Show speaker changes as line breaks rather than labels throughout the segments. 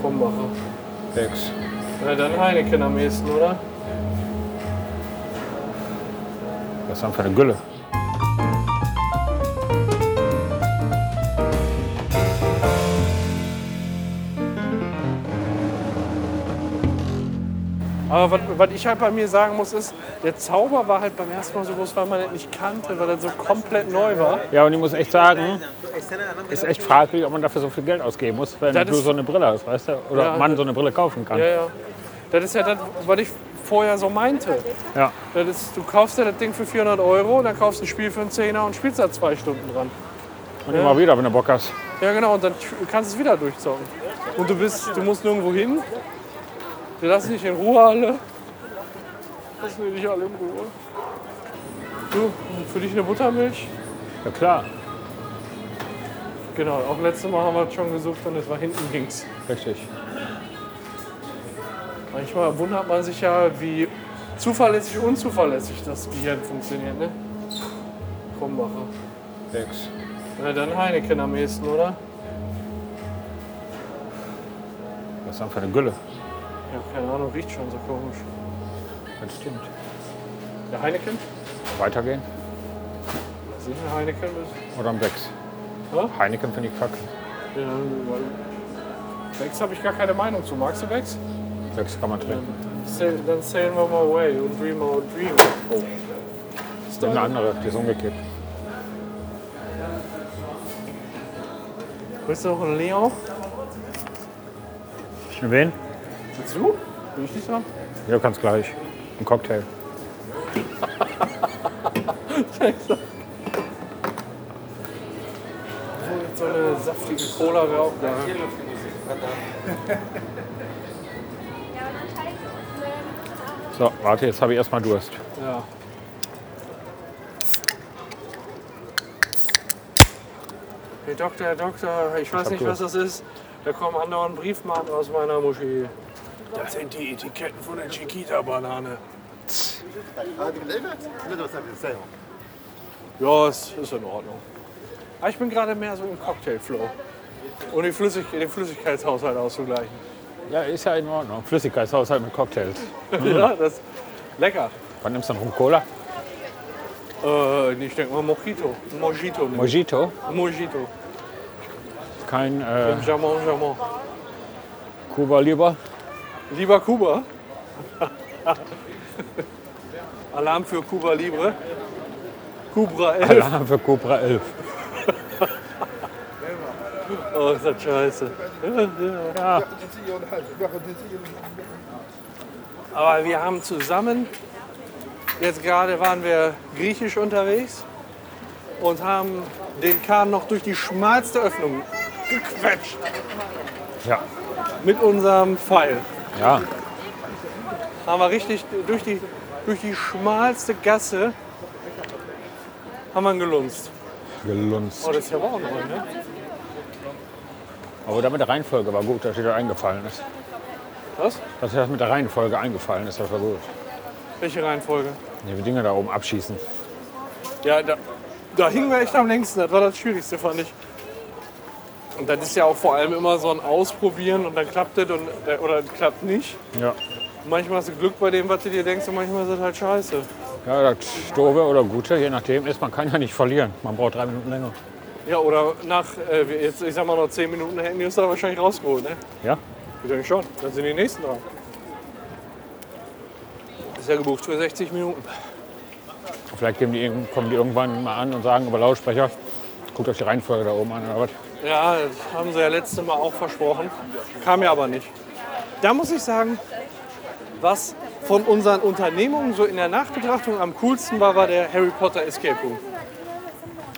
Krumbacher.
Sechs.
Ja, dann Heineken am ehesten, oder?
Das ist einfach eine Gülle.
Aber was, was ich halt bei mir sagen muss, ist, der Zauber war halt beim ersten Mal so groß, weil man das nicht kannte, weil er so komplett neu war.
Ja, und ich muss echt sagen, ist echt fraglich, ob man dafür so viel Geld ausgeben muss, wenn
Das
du
ist-
so eine Brille hast, weißt du? Oder
Ja,
man so eine Brille kaufen kann.
Ja, ja. Das ist ja das, was ich vorher so meinte.
Ja.
Das ist, du kaufst ja das Ding für 400 Euro und dann kaufst du ein Spiel für einen Zehner und spielst da zwei Stunden dran.
Und immer wieder, wenn du Bock hast.
Ja, genau, und dann tsch- kannst du es wieder durchzocken. Und du bist, du musst nirgendwo hin. Wir lassen dich in Ruhe alle. Lassen wir dich alle in Ruhe. Du, für dich eine Buttermilch?
Ja klar,
Genau, auch letztes Mal haben wir es schon gesucht und es war hinten links.
richtig.
Manchmal wundert man sich ja, wie zuverlässig, unzuverlässig das Gehirn funktioniert, ne? Krummacher.
Sechs.
Ja, dann Heineken am ehesten, oder?
Das ist einfach eine Gülle.
Ja, keine Ahnung, riecht schon so komisch.
Das stimmt.
Der Heineken?
Weitergehen?
Sicher Heineken ist.
Oder um sechs?
Ja?
Heineken finde ich kacke.
Ja, weil Becks habe ich gar keine Meinung zu. Magst du Becks?
Sechs kann man trinken.
Zähl- Dann zählen wir mal away und dream our dream. Oh. Ist
Eine
deine-
andere, die ist umgekippt.
Willst du noch einen Leon?
Wen?
Willst du? Bin ich nicht dran?
Ja, kannst gleich. Ein Cocktail.
Oh, jetzt So eine saftige Cola wäre auch geil.
So, warte, jetzt habe ich erstmal Durst.
Ja. Hey Doktor, Herr Doktor, ich weiß nicht, was das ist. Da kommen andauernd Briefmarken aus meiner Moschee. Das sind die Etiketten von der Chiquita-Banane. Ja, es ist in Ordnung. Aber ich bin gerade mehr so im Cocktail-Flow. Um die Flüssig den Flüssigkeitshaushalt auszugleichen.
Ja, ist ja in Ordnung. Flüssigkeitshaushalt halt mit Cocktails.
Ja, das lecker.
Wann nimmst du dann Rum Cola?
Äh, ich denke mal Mojito. Mojito. nehmen.
Mojito?
Mojito.
Kein äh,
Jamon, Jamon.
Kuba lieber?
Lieber Kuba. Alarm für Kuba Libre. Kubra 11.
Alarm für Cobra 11.
Oh, ist das scheiße. Aber wir haben zusammen, jetzt gerade waren wir griechisch unterwegs und haben den Kahn noch durch die schmalste Öffnung gequetscht
Ja.
mit unserem Pfeil.
Ja.
haben wir richtig durch die, durch die schmalste Gasse haben wir ihn gelunzt.
Gelunzt.
Oh, das ist ja aber auch neu, ne?
Aber damit der Reihenfolge war gut, dass dir das eingefallen ist.
Was?
Dass dir das mit der Reihenfolge eingefallen ist, das war gut.
Welche Reihenfolge?
Die Dinger da oben abschießen.
Ja, da, da hingen wir echt am längsten. Das war das Schwierigste, fand ich. Und das ist ja auch vor allem immer so ein Ausprobieren und dann klappt das und, äh, oder das klappt nicht.
Ja.
Und manchmal hast du Glück bei dem, was du dir denkst und manchmal ist das halt scheiße.
Ja, das Doofe oder Gute, je nachdem ist, man kann ja nicht verlieren. Man braucht drei Minuten länger.
Ja, oder nach, äh, jetzt, ich sag mal, noch 10 Minuten hätten die uns da wahrscheinlich rausgeholt, ne?
Ja?
Ich denke schon, dann sind die nächsten dran. Ist ja gebucht für 60 Minuten.
Vielleicht geben die, irgend- kommen die irgendwann mal an und sagen über Lautsprecher, guckt euch die Reihenfolge da oben an oder was.
Ja, das haben sie ja letztes Mal auch versprochen. Kam ja aber nicht. Da muss ich sagen, was von unseren Unternehmungen so in der Nachbetrachtung am coolsten war, war der Harry Potter Escape Room.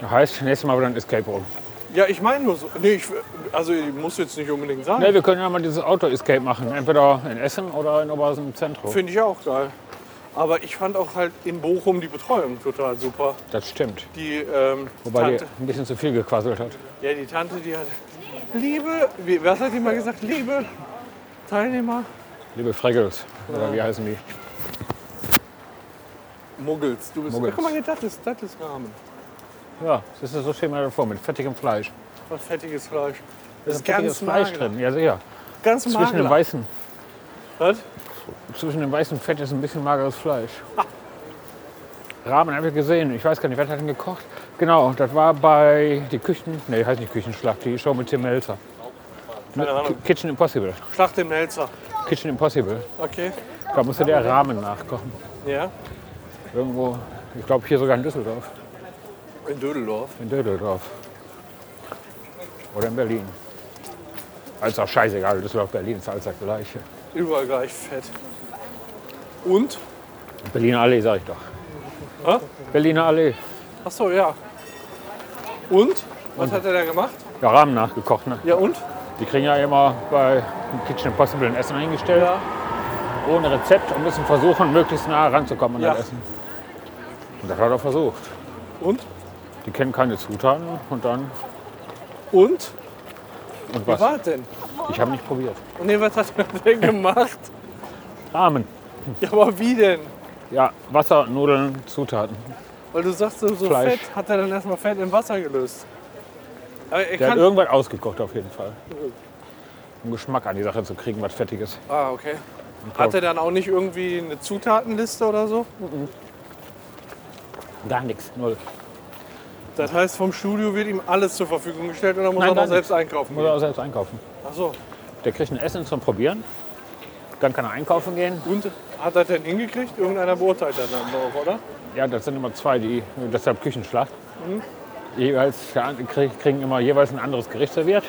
Das heißt, nächstes Mal wieder ein Escape Room.
Ja, ich meine nur so. Nee, ich, also ich muss jetzt nicht unbedingt sein.
Ne, wir können ja mal dieses Auto-Escape machen. Entweder in Essen oder in Oberhausen im Zentrum.
Finde ich auch geil. Aber ich fand auch halt in Bochum die Betreuung total super.
Das stimmt.
Die ähm,
Wobei die
Tante.
ein bisschen zu viel gequasselt hat.
Ja, die Tante, die hat. Liebe, wie, was hat die mal gesagt? Liebe Teilnehmer?
Liebe Freggels, oder wie heißen die?
Muggels, du bist.
Muggels.
Ja, guck mal hier, das ist, das ist Rahmen.
Ja, das ist so schön mal davor mit fettigem Fleisch.
Was fettiges Fleisch. Das
fettiges Fleisch
mager.
drin. Ja, sicher.
ganze
Zwischen
Magen.
dem,
ab.
weißen,
Was?
zwischen dem weißen Fett ist ein bisschen mageres Fleisch. Rahmen habe ich gesehen. Ich weiß gar nicht, wer hat denn gekocht? Genau, das war bei die Küchen. Nee, heißt nicht Küchenschlacht, die Show mit Tim Melzer.
Keine Ahnung.
Kitchen Impossible.
Schlacht den Melzer.
Kitchen Impossible.
Okay.
Da musste der Rahmen nachkochen.
Ja.
Irgendwo, ich glaube hier sogar in Düsseldorf.
In Dödeldorf.
In Düsseldorf. Oder in Berlin. Also auch scheißegal, Düsseldorf, Berlin ist alles das gleiche.
Überall gleich fett. Und?
Berliner Allee, sag ich doch.
Hä?
Berliner Allee.
Achso, ja. Und? Was hat er da gemacht?
Ja, Rahmen nachgekocht, ne?
Ja, und?
Die kriegen ja immer bei Kitchen Impossible ein Essen eingestellt,
Ja.
ohne Rezept und müssen versuchen, möglichst nah ranzukommen an
Ja.
das Essen. Und das hat er versucht.
Und?
Die kennen keine Zutaten und dann.
Und? Was
Und was?
war das denn?
Ich habe nicht probiert.
Nee, was hat er denn gemacht?
Rahmen.
Ja, aber wie denn?
Ja, Wasser, Nudeln, Zutaten.
Weil du sagst, so so
Fleisch.
Fett hat er dann erstmal Fett in Wasser gelöst. Aber er
Der hat
kann.
irgendwas ausgekocht auf jeden Fall. Um Geschmack an die Sache zu kriegen, was Fettiges.
ah, okay. Hat er dann auch nicht irgendwie eine Zutatenliste oder so?
Gar nichts, null.
Das heißt, vom Studio wird ihm alles zur Verfügung gestellt und er muss
Nein,
auch
gar
noch selbst einkaufen
Muss er
gehen.
auch selbst einkaufen.
Ach so.
Der kriegt ein Essen zum Probieren. Dann kann er einkaufen gehen.
Und hat er denn hingekriegt? Irgendeiner beurteilt das dann auch, oder?
Ja, das sind immer zwei, die deshalb Küchenschlacht. Jeweils der andere krieg- kriegen immer jeweils ein anderes Gericht serviert.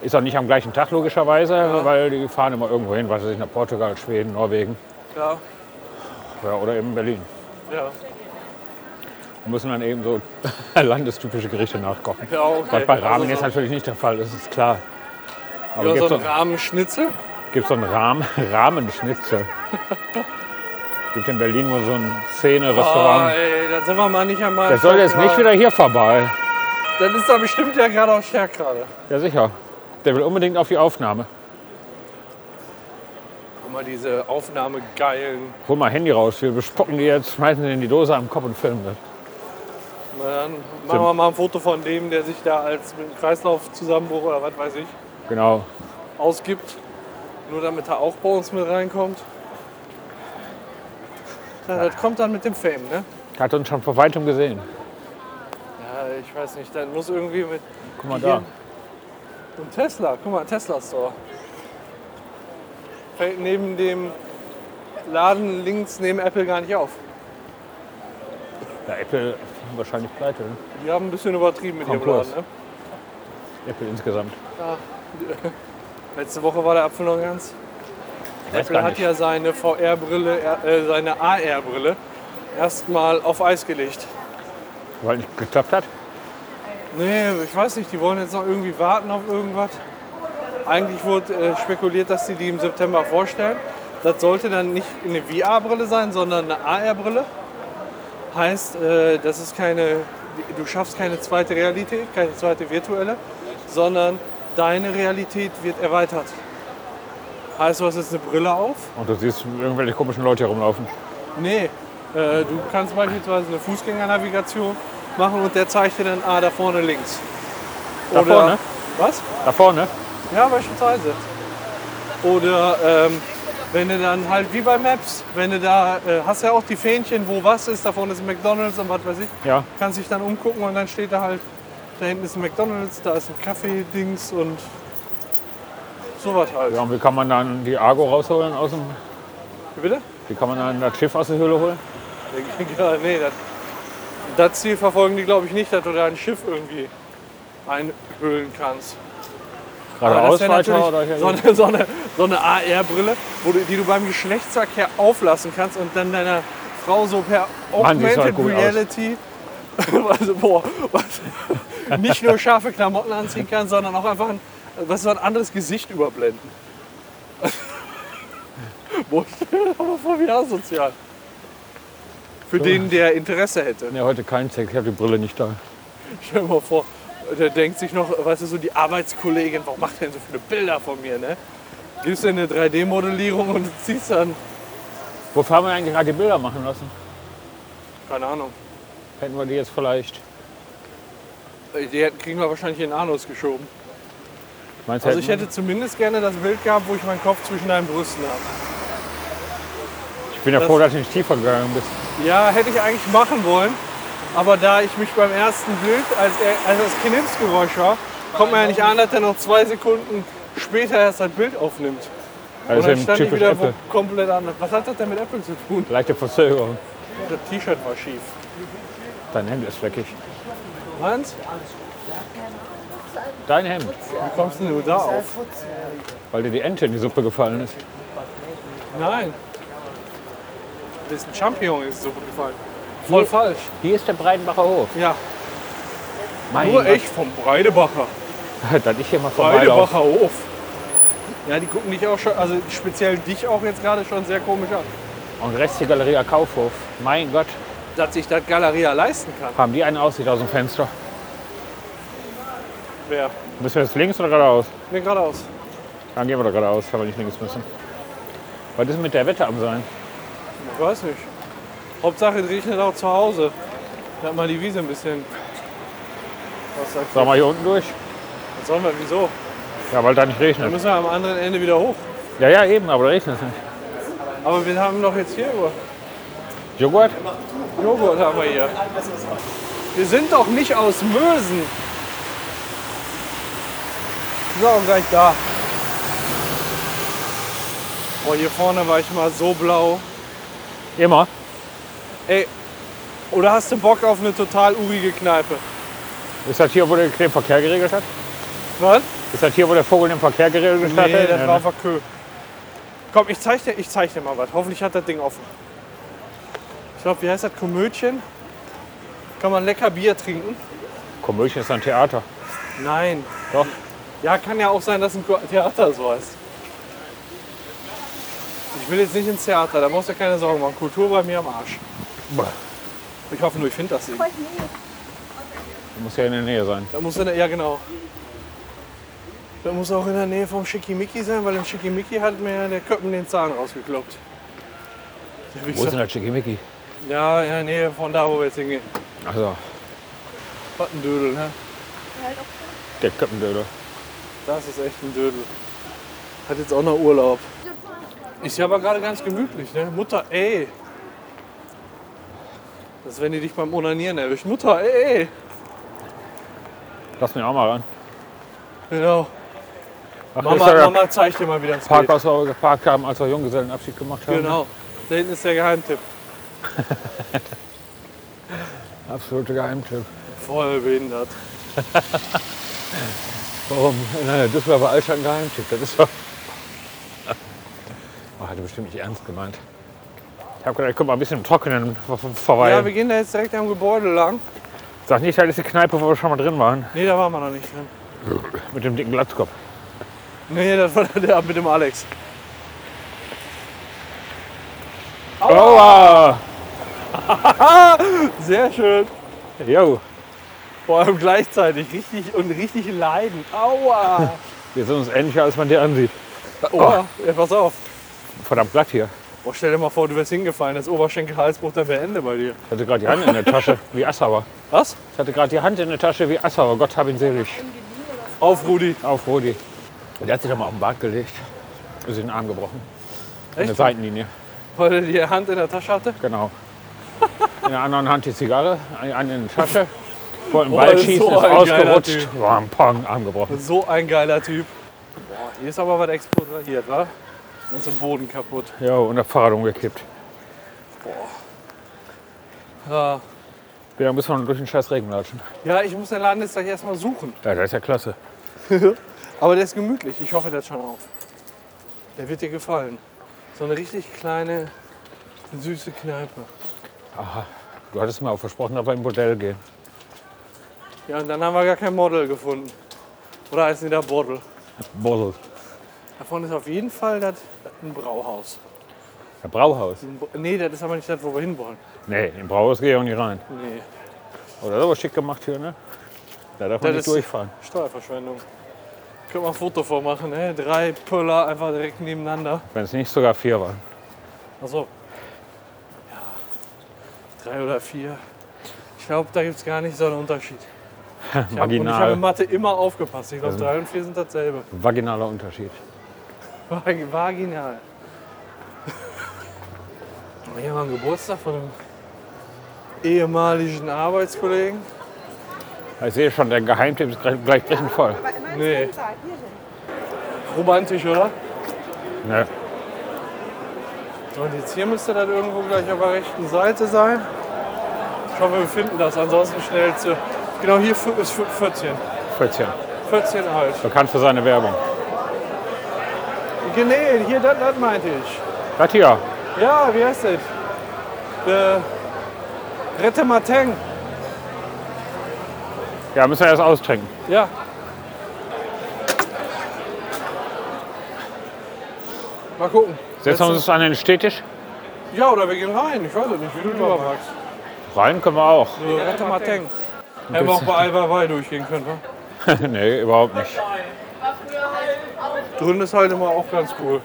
Ist auch nicht am gleichen Tag logischerweise, weil die fahren immer irgendwo hin, was weiß ich, nach Portugal, Schweden, Norwegen
Ja,
ja, oder eben Berlin.
ja.
Und müssen dann eben so landestypische Gerichte nachkochen.
Ja, okay.
Was bei Rahmen
Also
jetzt
so-
natürlich nicht der Fall, das ist klar. Aber
Oder
gibt's
so ein
so-
Rahmenschnitzel?
gibt so einen Rahmen, Rahmenschnitzel. gibt in Berlin wohl so ein Szene-Restaurant.
Ah, ey, dann sind wir mal nicht einmal.
das soll jetzt nicht wieder hier vorbei.
Dann ist da bestimmt ja gerade auch Stärk gerade.
Ja, sicher. Der will unbedingt auf die Aufnahme.
Guck mal, diese Aufnahmegeilen.
Hol mal Handy raus, wir bespocken die jetzt, schmeißen die in die Dose am Kopf und filmen das.
Na, Dann machen wir mal ein Foto von dem, der sich da als mit dem Kreislaufzusammenbruch oder was weiß ich
Genau.
ausgibt. Nur damit er auch bei uns mit reinkommt. Ja, das kommt dann mit dem Fame, ne?
Hat uns schon vor weitem gesehen.
Ja, ich weiß nicht. Dann muss irgendwie mit
Guck mal
Hier.
da.
einem Tesla. Guck mal, Tesla Store. Fällt neben dem Laden links neben Apple gar nicht auf.
Ja, Apple wahrscheinlich pleite. Ne?
Die haben ein bisschen übertrieben mit ihrem
Konkurs.
Laden, ne?
Apple insgesamt.
Letzte Woche war der Apfel noch ganz.
Ich weiß
Apple
gar
hat
nicht.
ja seine VR-Brille, äh, seine AR-Brille erstmal auf Eis gelegt.
Weil nicht geklappt hat.
Nee, ich weiß nicht, die wollen jetzt noch irgendwie warten auf irgendwas. Eigentlich wurde äh, spekuliert, dass sie die im September vorstellen. Das sollte dann nicht eine VR-Brille sein, sondern eine AR-Brille. Heißt, äh, das ist keine, du schaffst keine zweite Realität, keine zweite virtuelle, sondern deine Realität wird erweitert. Heißt, du hast jetzt eine Brille auf
Und du siehst irgendwelche komischen Leute herumlaufen.
Nee, äh, du kannst beispielsweise eine Fußgängernavigation machen und der zeigt dir dann, ah, da vorne links.
Da vorne?
Was?
Da vorne?
Ja, beispielsweise. Oder ähm, wenn du dann halt wie bei Maps, wenn du da, äh, hast ja auch die Fähnchen, wo was ist, da vorne ist ein McDonalds und was weiß ich,
Ja.
kannst dich dann umgucken und dann steht da halt, da hinten ist ein McDonalds, da ist ein Kaffee-Dings und sowas halt.
ja. Und wie kann man dann die Argo rausholen aus dem.
Bitte?
Wie kann man dann das Schiff aus der Höhle holen?
Ja, nee, das, das Ziel verfolgen die, glaube ich, nicht, dass du da ein Schiff irgendwie einhüllen kannst.
Geradeaus
wär
weiter oder
so
hier?
eine, so eine, so eine AR-Brille, wo du- die du beim Geschlechtsverkehr auflassen kannst und dann deiner Frau so per
Mann, die sah
Augmented
gut aus.
Reality also, boah, was, nicht nur scharfe Klamotten anziehen kannst, sondern auch einfach ein, was, so ein anderes Gesicht überblenden. Boah, stell dir doch mal vor, wie asozial. Für den, der Interesse hätte.
Nee, heute kein Sex, ich habe die Brille nicht da.
Stell dir mal vor, der denkt sich noch, weißt du, so die Arbeitskollegin, warum macht der denn so viele Bilder von mir, ne? Gibst dir eine 3D-Modellierung und ziehst dann,
Wofür haben wir eigentlich gerade die Bilder machen lassen?
keine Ahnung,
Hätten wir die jetzt vielleicht.
die hätten- kriegen wir wahrscheinlich in den Anus geschoben.
Meinst
Also ich hätte zumindest gerne das Bild gehabt, wo ich meinen Kopf zwischen deinen Brüsten habe.
ich bin ja
das-
froh, dass du nicht tiefer gegangen bist.
Ja, hätte ich eigentlich machen wollen. Aber da ich mich beim ersten Bild, als, er, also als das Knipsgeräusch war, kommt man ja nicht an, dass er noch zwei Sekunden später erst das Bild aufnimmt. Und
Also
dann
im
stand ich
typisch
wieder
Apple.
wo- komplett anders. Was hat das denn mit Apple zu tun?
Leichte Verzögerung.
Das T-Shirt war schief.
Dein Hemd ist fleckig.
Hans,
Dein Hemd,
wie kommst denn du da auf?
weil dir die Ente in die Suppe gefallen ist.
Nein. Das ist ein Champignon, ist so gefallen. Voll
Hier-
falsch.
Hier ist der Breitenbacher Hof.
Ja,
Mein
nur
Gott.
echt vom Breidebacher.
Dass ich hier mal vorbeilaufe.
Breidebacher Hof. Ja, die gucken dich auch schon, also speziell dich auch jetzt gerade schon sehr komisch an.
Und rechts die Galeria Kaufhof. Mein Gott,
Dass sich das Galeria leisten kann.
haben die eine Aussicht aus dem Fenster.
Wer?
Müssen wir jetzt links oder geradeaus?
Nee, geradeaus.
Dann gehen wir doch geradeaus, aber nicht links müssen. Was ist mit der Wette am Sein?
Ich weiß nicht. Hauptsache, es regnet auch zu Hause. Da hat man die Wiese ein bisschen. Was sagst
Sollen wir hier unten durch?
Was sollen wir? Wieso?
Ja, weil da nicht
Dann
regnet.
müssen wir am anderen Ende wieder hoch.
Ja, ja, eben, aber da regnet es nicht.
Aber wir haben doch jetzt hier Uhr.
Joghurt?
Joghurt haben wir hier. Wir sind doch nicht aus Mösen. So, und gleich da. Boah, hier vorne war ich mal so blau.
Immer.
Ey, oder hast du Bock auf eine total urige Kneipe?
Ist das hier, wo der den Verkehr geregelt hat?
Was?
Ist das hier, wo der Vogel den Verkehr geregelt hat?
Nee, das
Ja,
war
ne?
auf der Kö. Komm, ich zeig, dir, ich zeig dir mal was. Hoffentlich hat das Ding offen. Ich glaube, wie heißt das? Komödchen? Kann man lecker Bier trinken?
Komödien ne. ist ein Theater.
Nein.
Doch.
Ja, kann ja auch sein, dass ein Theater so heißt. Ich will jetzt nicht ins Theater, da brauchst du dir keine Sorgen machen. Kultur bei mir am Arsch.
Boah.
Ich hoffe nur, ich finde das Ding.
Muss ja in der Nähe sein.
Da muss in der, ja genau. Da muss auch in der Nähe vom Schickimicki sein, weil im Schickimicki hat mir der Köppen den Zahn rausgekloppt. Der
Wo ist denn
Wichser.
der Schickimicki?
Ja, in der Nähe von da, wo wir jetzt hingehen.
Also,
Was ein Dödel, ne?
der Köppendöder.
Das ist echt ein Dödel. Hat jetzt auch noch Urlaub. Ist ja aber gerade ganz gemütlich, ne? Mutter, ey. Das ist, wenn die dich beim Onanieren erwischt. Mutter, ey.
Lass mich auch mal ran.
Genau.
Ach, Mama, ist
Mama,
ja der
Mama zeigt dir mal wieder ins Bild.
Parkhaus, wo wir geparkt haben, als wir Junggesellenabschied gemacht haben.
Genau. Da hinten ist der Geheimtipp.
Absoluter Geheimtipp.
Voll behindert.
Warum? Äh, Naja, Düsseldorfer Altstadt ein Geheimtipp. Das ist doch. Oh, hatte bestimmt nicht ernst gemeint. Ich habe gedacht, ich könnte mal ein bisschen im Trockenen ver- ver-
Ja, wir
verweilen.
gehen da jetzt direkt am Gebäude lang.
Sag nicht, das ist die Kneipe, wo wir schon mal drin waren.
Nee, da waren wir noch nicht drin.
Mit dem dicken Glatzkopf.
Nee, das war der mit dem Alex.
Aua!
Sehr schön.
Jo,
Vor allem gleichzeitig. Richtig und richtig leiden. Aua.
wir sind uns ähnlicher, als man dir ansieht.
Oha. Ja, pass auf.
Verdammt glatt hier.
Boah, stell dir mal vor, du wärst hingefallen. Das Oberschenkel-Halsbruch, dann wäre Ende bei dir.
Ich hatte gerade die Hand in der Tasche, wie Assauer.
Was?
Ich hatte gerade die Hand in der Tasche, wie Assauer. Gott hab ihn selig.
Auf, Rudi.
Auf Rudi. Der hat sich doch mal auf den Bart gelegt. Ist in den Arm gebrochen. In der
Echt?
Seitenlinie.
Weil er die Hand in der Tasche hatte?
Genau. In der anderen Hand die Zigarre, eine in der Tasche. Wollte einen
Boah,
Ball
das ist
schießen,
Oh, so
ist
ein geiler
ausgerutscht.
Typ.
Bam, pang, Arm gebrochen.
So ein geiler Typ. Boah, hier ist aber was explodiert, wa? Dann ist der Boden kaputt.
Ja, und der Fahrrad umgekippt.
Ja.
Wie lange müssen wir noch durch den scheiß Regen latschen?
Ja, ich muss den Laden jetzt gleich erstmal suchen.
Ja, das ist ja klasse.
Aber der ist gemütlich. Ich hoffe, der hat schon auf. Der wird dir gefallen. So eine richtig kleine, süße Kneipe.
Du hattest mir auch versprochen, dass wir im Bordell gehen.
Ja, und dann haben wir gar kein Model gefunden. Oder heißen die da Bordel?
Bordel.
Davon ist auf jeden Fall das ein Brauhaus.
Der Brauhaus.
Ein Br- Nee, das ist aber nicht das, wo wir hin wollen.
Nee, im Brauhaus gehe ich auch nicht rein.
Nee,
Oder so schick gemacht hier, ne? Da darf man
Das
nicht
ist-
durchfahren.
Steuerverschwendung. Können wir ein Foto vormachen, ne? Drei Pöller einfach direkt nebeneinander. Also,
Wenn es nicht sogar vier waren.
Achso. Ja. Drei oder vier. Ich glaube, da gibt es gar nicht so einen Unterschied. Und ich habe in
Marginal,
Mathe immer aufgepasst. Ich glaube, drei und vier sind dasselbe.
vaginaler Unterschied.
Vag- Vaginal. Hier war ein Geburtstag von einem ehemaligen Arbeitskollegen.
Ich sehe schon, der Geheimtipp ist gleich, gleich dritten voll.
Aber immer
Nee.
ins Fenster. Hier sind.
Romantisch, oder?
Ne?
Und jetzt hier müsste das irgendwo gleich auf der rechten Seite sein. Ich hoffe, wir finden das. Ansonsten schnell zu. Genau hier fü- ist fü- 14.
Fritzchen,
14 halt.
bekannt für seine Werbung.
Genau, hier, das, das meinte ich.
Das hier,
Ja, wie heißt das? Äh, Rette Mateng.
ja, müssen wir erst austrinken.
Ja. Mal gucken.
Setzen wir uns an den Städtisch.
Ja, oder wir gehen rein. Ich weiß es nicht, wie du lieber magst.
Rein können wir auch.
So, Rette Mateng. Hätten wir auch bei Alba durchgehen können. Ne?
nee, überhaupt nicht.
Drin ist halt immer auch ganz cool.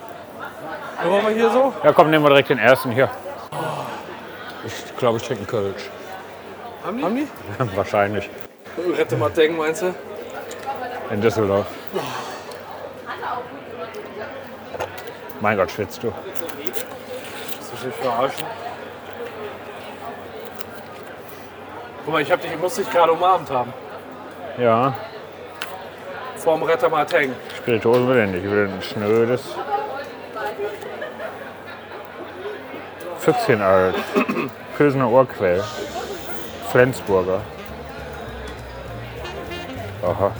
Dann machen wir hier so.
Ja, komm, nehmen wir direkt den ersten hier. Ich glaube, ich trinke einen Kölsch.
Haben die? Haben die?
Wahrscheinlich.
Rette Mateng meinst du?
In Düsseldorf. Mein Gott, schwitzt du.
Kannst du dich verarschen? Guck mal, ich, hab dich, ich muss dich gerade umarmt haben.
Ja,
Vorm Retter Mateng.
Spirituosen will ich nicht. Ich will ein schnödes. Pfützchen alt. Pilsener Ohrquell. Flensburger. Aha.